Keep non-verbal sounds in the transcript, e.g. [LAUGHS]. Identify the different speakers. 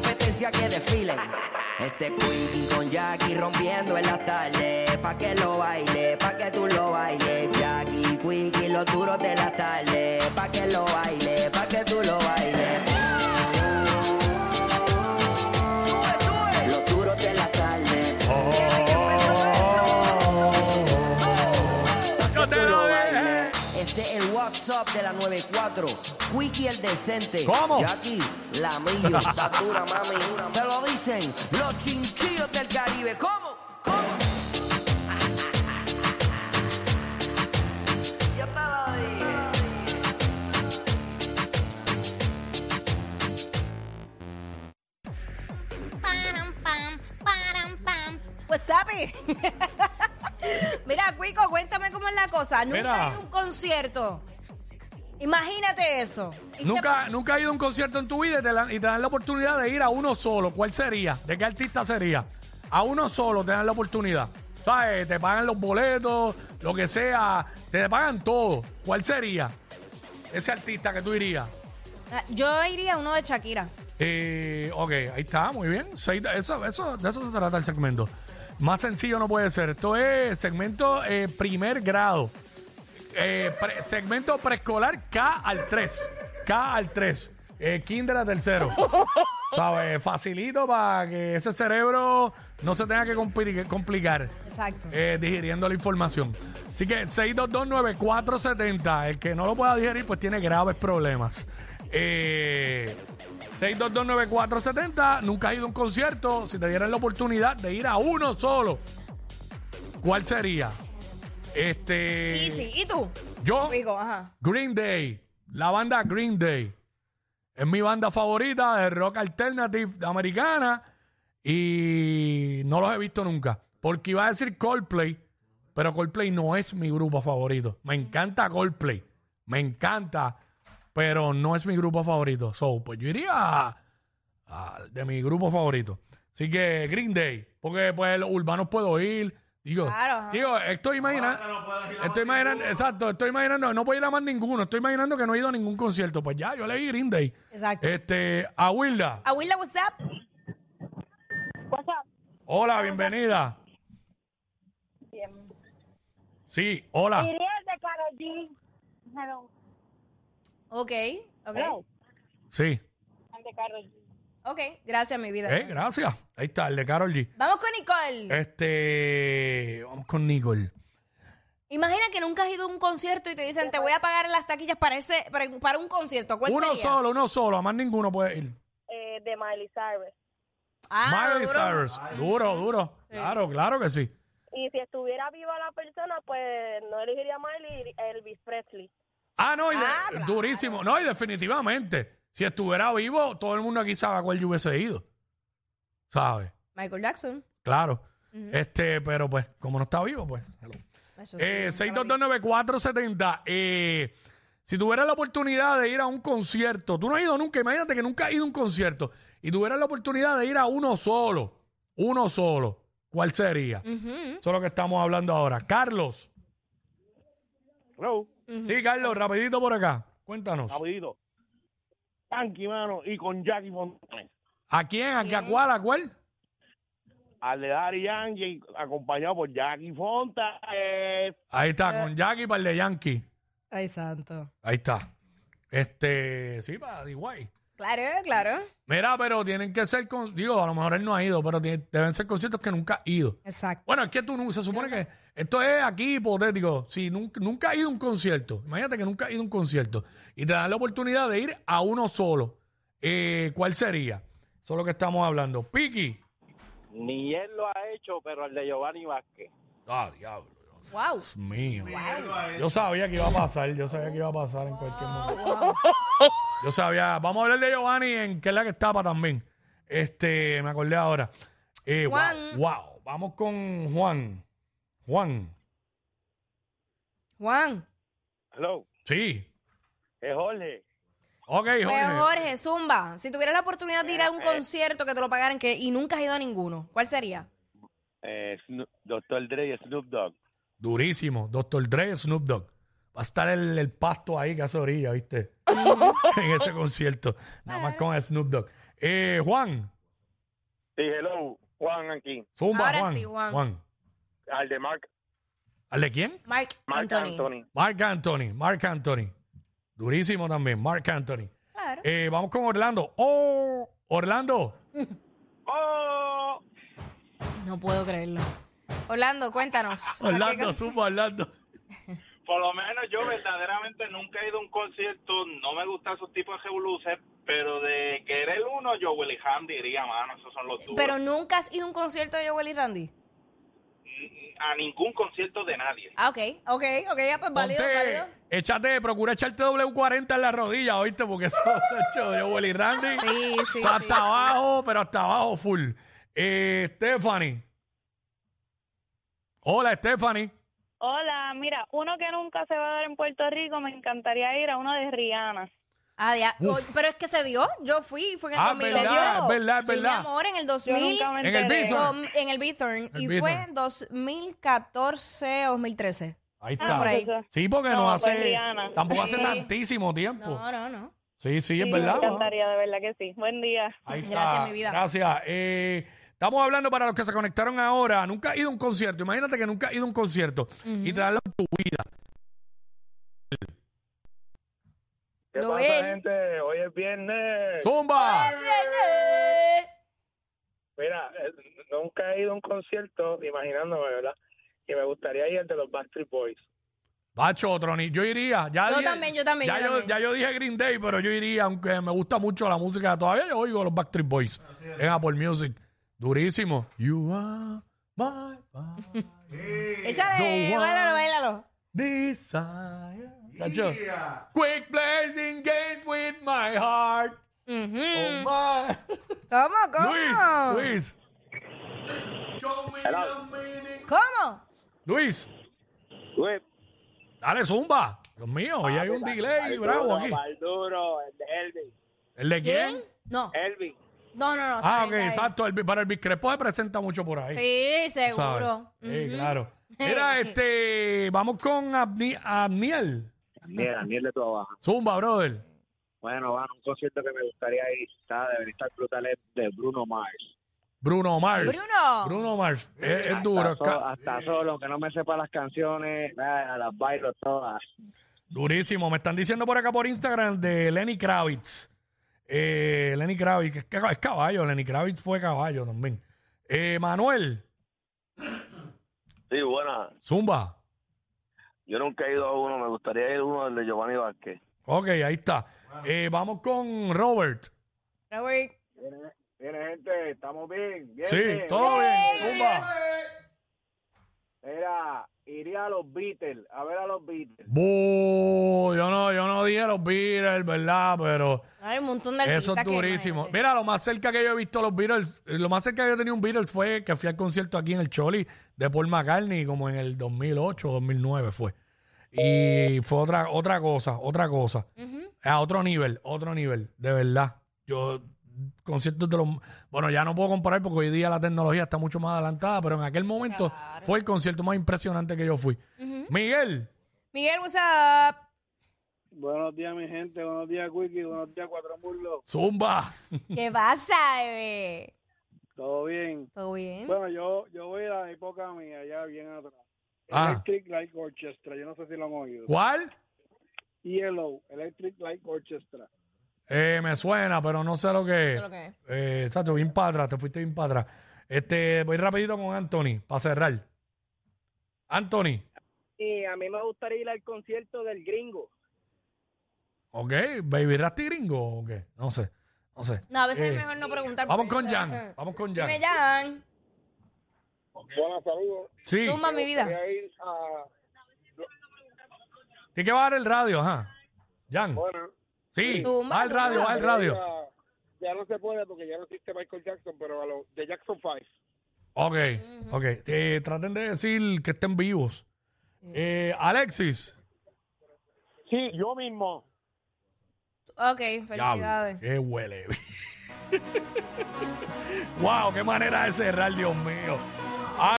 Speaker 1: que desfilen. Este Quickie con Jackie rompiendo en la tarde. Pa' que lo baile, pa' que tú lo bailes. Jackie, Quickie, los duros de la tarde. Pa' que lo baile, pa' que tú lo bailes. Los duros de la tarde.
Speaker 2: No te lo dejes.
Speaker 1: Este es el WhatsApp de la 94. Quickie el decente.
Speaker 2: ¿Cómo?
Speaker 1: Jackie, la millo, está dura, mami. Te lo dicen los chinchillos del Caribe. ¿Cómo? ¿Cómo? Yo te lo dije.
Speaker 3: Param, pam, param, pam.
Speaker 4: Pues sabe. [LAUGHS] Mira, Cuico, cuéntame cómo es la cosa. Nunca
Speaker 2: Mira.
Speaker 4: he ido a un concierto. Imagínate eso. Y
Speaker 2: Nunca, nunca he ido a un concierto en tu vida y te, la- y te dan la oportunidad de ir a uno solo. ¿Cuál sería? ¿De qué artista sería? A uno solo te dan la oportunidad. ¿Sabes? Te pagan los boletos, lo que sea. Te pagan todo. ¿Cuál sería? Ese artista que tú irías.
Speaker 4: te- ah, Yo iría a uno de Shakira.
Speaker 2: Eh, ok, ahí está, muy bien. Seis- eso, eso- de eso se trata el segmento. Más sencillo no puede ser. Esto es segmento eh, primer grado. Eh, pre- segmento preescolar K al 3. K al 3. Eh, kinder a tercero. ¿Sabes? Facilito para que ese cerebro no se tenga que compli- complicar
Speaker 4: Exacto.
Speaker 2: eh, digiriendo la información. Así que 6229470. El que no lo pueda digerir, pues tiene graves problemas. Eh, 6229470. Nunca has ido a un concierto. Si te dieran la oportunidad de ir a uno solo, ¿cuál sería? Este.
Speaker 4: Easy. ¿Y tú?
Speaker 2: Yo.
Speaker 4: Cuico, ajá.
Speaker 2: Green Day, la banda Green Day. Es mi banda favorita de rock alternative americana y no los he visto nunca. Porque iba a decir Coldplay, pero Coldplay no es mi grupo favorito. Me encanta Coldplay, me encanta, pero no es mi grupo favorito. So, pues yo iría a- a- de mi grupo favorito. Así que Green Day, porque pues los urbanos puedo ir. Digo,
Speaker 4: Claro, ajá.
Speaker 2: digo estoy imaginando, estoy imaginando, exacto, estoy imaginando, no puedo ir a más ninguno, estoy imaginando que no he ido a ningún concierto. Pues ya, yo leí Green Day.
Speaker 4: Exacto.
Speaker 2: Este, a Wilda.
Speaker 4: A Willa, what's up?
Speaker 2: Hola, bienvenida. Sí, hola.
Speaker 5: de Karol G. Hello.
Speaker 4: Ok, ok.
Speaker 5: Hello.
Speaker 2: Sí.
Speaker 5: El de Karol G.
Speaker 4: Ok, gracias, mi vida.
Speaker 2: Eh, gracias. Ahí está, el de Carol G.
Speaker 4: Vamos con Nicole.
Speaker 2: Este, vamos con Nicole.
Speaker 4: Imagina que nunca has ido a un concierto y te dicen, te voy a pagar las taquillas para, ese, para, para un concierto. ¿Cuál
Speaker 2: Uno
Speaker 4: sería?
Speaker 2: solo, uno solo, a más ninguno puede ir.
Speaker 5: Eh, de Miley Cyrus.
Speaker 4: Ah,
Speaker 2: Miley
Speaker 4: duro.
Speaker 2: Cyrus. Duro, duro. Claro, claro que sí.
Speaker 5: Y si estuviera viva la persona, pues no elegiría a Miley, Elvis Presley.
Speaker 2: Ah, no, y de-
Speaker 4: Ah, claro.
Speaker 2: durísimo. No, y definitivamente, si estuviera vivo, todo el mundo aquí sabe a cuál yo hubiese ido. ¿Sabes?
Speaker 4: Michael Jackson.
Speaker 2: Claro. Este, pero pues, como no está vivo, pues. hello.
Speaker 4: Eso sí,
Speaker 2: Eh,
Speaker 4: nunca lo vi.
Speaker 2: 6229470. Eh, si tuvieras la oportunidad de ir a un concierto, tú no has ido nunca, imagínate que nunca has ido a un concierto, y tuvieras la oportunidad de ir a uno solo, uno solo, ¿cuál sería? Eso es lo que estamos hablando ahora. Carlos.
Speaker 6: Hello,
Speaker 2: Sí, Carlos, rapidito por acá. Cuéntanos.
Speaker 6: rapidito. Tanky, mano, y con Jackie Fontanes.
Speaker 2: ¿A quién? ¿A, qué- a cuál? ¿A cuál?
Speaker 6: Al de Daddy Yankee, acompañado por Jackie Fontanes.
Speaker 2: Ahí está, con Jackie para el de Yankee.
Speaker 4: Ay, santo.
Speaker 2: Ahí está. Este, sí, para D.Y.
Speaker 4: Claro, claro.
Speaker 2: Mira, pero tienen que ser, con, digo, a lo mejor él no ha ido, pero tiene- deben ser conciertos que nunca ha ido.
Speaker 4: Exacto.
Speaker 2: Bueno, es que tú nu- se supone que esto es aquí hipotético. Si nunca, nunca has ido a un concierto, imagínate que nunca has ido a un concierto y te dan la oportunidad de ir a uno solo, eh, ¿cuál sería? Eso es lo que estamos hablando. Piki.
Speaker 6: Ni él lo ha hecho, pero el de Giovanni Vázquez.
Speaker 2: Ah, diablo.
Speaker 4: Wow.
Speaker 2: Dios mío.
Speaker 4: eh.
Speaker 2: Yo sabía que iba a pasar, yo sabía que iba a pasar en cualquier momento. Yo sabía. Vamos a hablar de Giovanni en que es la que estaba también. Este, me acordé ahora. Eh, wow,
Speaker 4: Juan.
Speaker 2: wow. Vamos con Juan. Juan.
Speaker 4: Juan.
Speaker 6: Hello,
Speaker 2: Sí.
Speaker 6: es Jorge.
Speaker 2: Ok, Jorge.
Speaker 4: Pues Jorge, Zumba, si tuvieras la oportunidad de ir a
Speaker 2: Eh,
Speaker 4: un concierto que te lo pagaran que, y nunca has ido a ninguno, ¿cuál sería?
Speaker 6: Eh, Doctor Dre y Snoop Dogg.
Speaker 2: Durísimo. Doctor Dre, Snoop Dogg. Va a estar el, el pasto ahí que hace orilla, [LAUGHS] ¿viste? en ese concierto. Nada más con el Snoop Dogg. Eh, Juan.
Speaker 6: Sí, hello, Juan aquí.
Speaker 2: Zumba,
Speaker 4: Ahora
Speaker 2: Juan.
Speaker 4: sí, Juan.
Speaker 6: Al de Mark,
Speaker 2: ¿Al de quién?
Speaker 4: Mark,
Speaker 6: Mark
Speaker 4: Anthony.
Speaker 6: Anthony.
Speaker 2: Mark Anthony, Mark Anthony. Durísimo también, Mark Anthony.
Speaker 4: Claro.
Speaker 2: Eh, vamos con Orlando. ¡Oh! Orlando.
Speaker 6: ¡Oh!
Speaker 4: No puedo creerlo. Orlando, cuéntanos. ¿a
Speaker 2: [LAUGHS]
Speaker 4: qué
Speaker 2: Orlando,
Speaker 4: can-
Speaker 2: zumba, Orlando.
Speaker 7: Por lo menos yo verdaderamente nunca he ido a un concierto, no me gustan esos tipos de revoluces, pero de querer uno, yo Willy Ham diría, mano, esos son los duros.
Speaker 4: Pero nunca has ido a un concierto de Joel y Randy.
Speaker 7: N- A ningún concierto de nadie.
Speaker 4: Ah, ok, ok, ok, ya pues válido, válido.
Speaker 2: Ponte, échate, procura echarte W40 en la rodilla, ¿oíste? Porque eso, [LAUGHS] hecho, yo, Willy Randy.
Speaker 4: Sí, sí,
Speaker 2: O sea,
Speaker 4: sí,
Speaker 2: hasta
Speaker 4: sí.
Speaker 2: abajo, pero hasta abajo full. Eh, Stephanie. Hola, Stephanie.
Speaker 5: Hola, mira, uno que nunca se va a dar en Puerto Rico, me encantaría ir a uno de Rihanna.
Speaker 4: Ah, ya. O- Pero es que se dio. Yo fui, fue en el
Speaker 2: Ah,
Speaker 4: 2002.
Speaker 2: verdad, es verdad, es
Speaker 4: Sí, mi
Speaker 2: verdad.
Speaker 4: amor, en el
Speaker 5: Yo
Speaker 4: 2000.
Speaker 5: nunca me
Speaker 2: En el
Speaker 5: enteré.
Speaker 2: piso.
Speaker 4: dom- en el Bithorn.
Speaker 2: El
Speaker 4: y fue
Speaker 2: Bithorn.
Speaker 4: en 2014 o 2013.
Speaker 2: Ahí
Speaker 5: Ah,
Speaker 2: está.
Speaker 4: por ahí.
Speaker 2: Sí, porque no,
Speaker 5: No, pues,
Speaker 2: hace.
Speaker 5: Rihanna.
Speaker 2: tampoco hace
Speaker 4: Sí.
Speaker 2: tantísimo tiempo.
Speaker 4: No, no, no.
Speaker 2: Sí, sí, es
Speaker 5: Sí,
Speaker 2: verdad.
Speaker 5: Me encantaría, de verdad que sí. Buen día.
Speaker 2: Ahí está.
Speaker 4: Gracias, mi vida.
Speaker 2: Gracias. Eh, estamos hablando para los que se conectaron ahora. Nunca has ido a un concierto. Imagínate que nunca has ido a un concierto y te dan la tu vida.
Speaker 6: ¿Qué
Speaker 4: Lo
Speaker 6: pasa,
Speaker 4: ven.
Speaker 6: gente? Hoy es viernes.
Speaker 2: ¡Zumba!
Speaker 6: Mira, eh, nunca he ido a un concierto, imaginándome, ¿verdad? Y me gustaría ir al de los Backstreet Boys.
Speaker 2: Bacho, Troni, yo iría. Ya
Speaker 4: Yo
Speaker 2: dije-
Speaker 4: también, yo también,
Speaker 2: Ya
Speaker 4: yo
Speaker 2: yo,
Speaker 4: también.
Speaker 2: ya yo dije Green Day, pero yo iría, aunque me gusta mucho la música. Todavía yo oigo los Backstreet Boys en Apple Music. Durísimo. You are my fire
Speaker 4: Échale,
Speaker 2: Don't
Speaker 4: bailalo,
Speaker 2: want-
Speaker 4: bailalo.
Speaker 2: desire. Tacho. Quick blazing games with my heart.
Speaker 4: Ujú.
Speaker 2: Oh my.
Speaker 4: ¿Cómo, cómo?
Speaker 2: Luis, Luis. Show me the meaning.
Speaker 4: ¿Cómo?
Speaker 2: Luis, dale zumba. Dios mío, ya hay un delay bravo aquí.
Speaker 6: duro, el de Elvis.
Speaker 2: ¿El de quién?
Speaker 4: No,
Speaker 6: Elvis.
Speaker 4: no, no. no
Speaker 2: Ah,
Speaker 4: está
Speaker 2: ok,
Speaker 4: bien, está bien.
Speaker 2: exacto. El, para el Biscrepo se presenta mucho por ahí.
Speaker 4: Sí,
Speaker 2: tú sabes.
Speaker 4: seguro.
Speaker 2: Sí,
Speaker 4: Ujú. [LAUGHS]
Speaker 2: claro. Mira, este, vamos con Abni- Abniel.
Speaker 6: Daniel, Daniel de tu abajo.
Speaker 2: Zumba, brother.
Speaker 6: Bueno, van a un concierto que me gustaría ir, está, debería estar brutal, es de Bruno Mars.
Speaker 2: Bruno Mars.
Speaker 4: Bruno.
Speaker 2: Bruno Mars. Es, es duro.
Speaker 6: Hasta, so-
Speaker 2: ca-
Speaker 6: hasta solo, que no me sepa las canciones, nada, las bailo todas.
Speaker 2: Durísimo. Me están diciendo por acá por Instagram de Lenny Kravitz. Eh, Lenny Kravitz, que es, ca- es caballo. Lenny Kravitz fue caballo también. Eh, Manuel,
Speaker 8: Sí, buena.
Speaker 2: Zumba.
Speaker 8: Yo nunca he ido a uno. Me gustaría ir a uno del de Giovanni Vázquez.
Speaker 2: Ok, ahí está. Eh, vamos con Robert.
Speaker 4: Robert.
Speaker 6: Mire, gente, estamos bien. bien
Speaker 2: Sí,
Speaker 6: bien.
Speaker 2: todo bien. Zumba.
Speaker 6: Mira, iría a los Beatles, a ver a los Beatles.
Speaker 2: Bu, yo no, yo no dije los Beatles, ¿verdad? Pero
Speaker 4: Hay un montón de artistas
Speaker 2: eso es
Speaker 4: que-
Speaker 2: durísimo.
Speaker 4: imagínate.
Speaker 2: Mira, lo más cerca que yo he visto a los Beatles, eh, lo más cerca que yo tenía un Beatles fue que fui al concierto aquí en el Choli de Paul McCartney como en el 2008 2009 fue. Y fue otra, otra cosa, otra cosa. A otro nivel, otro nivel, de verdad. Yo, conciertos de los... Bueno, ya no puedo comparar porque hoy día la tecnología está mucho más adelantada, pero en aquel momento fue el concierto más impresionante que yo fui. Miguel,
Speaker 4: Miguel, what's up?
Speaker 6: Buenos días, mi gente. Buenos días, Wiki. Buenos días, Cuatro Murlos.
Speaker 2: Zumba.
Speaker 4: ¿Qué pasa, bebé?
Speaker 6: ¿Todo bien?
Speaker 4: ¿Todo bien?
Speaker 6: Bueno, yo, yo voy a la época mía, ya bien atrás.
Speaker 2: Ah.
Speaker 6: Electric Light Orchestra, yo no sé si lo han oído.
Speaker 2: ¿Cuál?
Speaker 6: Yellow, Electric Light Orchestra.
Speaker 2: Eh, me suena, pero no sé lo que es.
Speaker 4: Eso es lo que es.
Speaker 2: Eh, exacto, bien para atrás, te fuiste bien para atrás. Este, voy rapidito con Anthony, para cerrar. Anthony,
Speaker 5: Y a mí me gustaría ir al concierto del gringo.
Speaker 2: ok, baby rasti gringo o qué? No sé, no sé.
Speaker 4: No, a veces es
Speaker 2: Eh,
Speaker 4: mejor no preguntar.
Speaker 2: Vamos
Speaker 4: porque-
Speaker 2: con Jan, vamos con Jan.
Speaker 4: Dime, Jan.
Speaker 6: Buenas, saludos.
Speaker 2: Sí,
Speaker 4: Toma mi vida.
Speaker 6: Voy a ir a...
Speaker 2: tiene que bajar el radio, ajá. Jan,
Speaker 6: Bueno,
Speaker 2: sí,
Speaker 4: Zumba,
Speaker 2: baja el radio,
Speaker 4: zumba.
Speaker 2: baja el radio.
Speaker 6: ya- Ya no se puede porque ya no existe Michael Jackson, pero a los de Jackson 5.
Speaker 2: Ok, ok. Eh, traten de decir que estén vivos. Eh, Alexis.
Speaker 6: Sí, yo mismo.
Speaker 4: Ok,
Speaker 2: Diablo,
Speaker 4: felicidades.
Speaker 2: Qué [LAUGHS] huele. wow, qué manera de cerrar, Dios mío.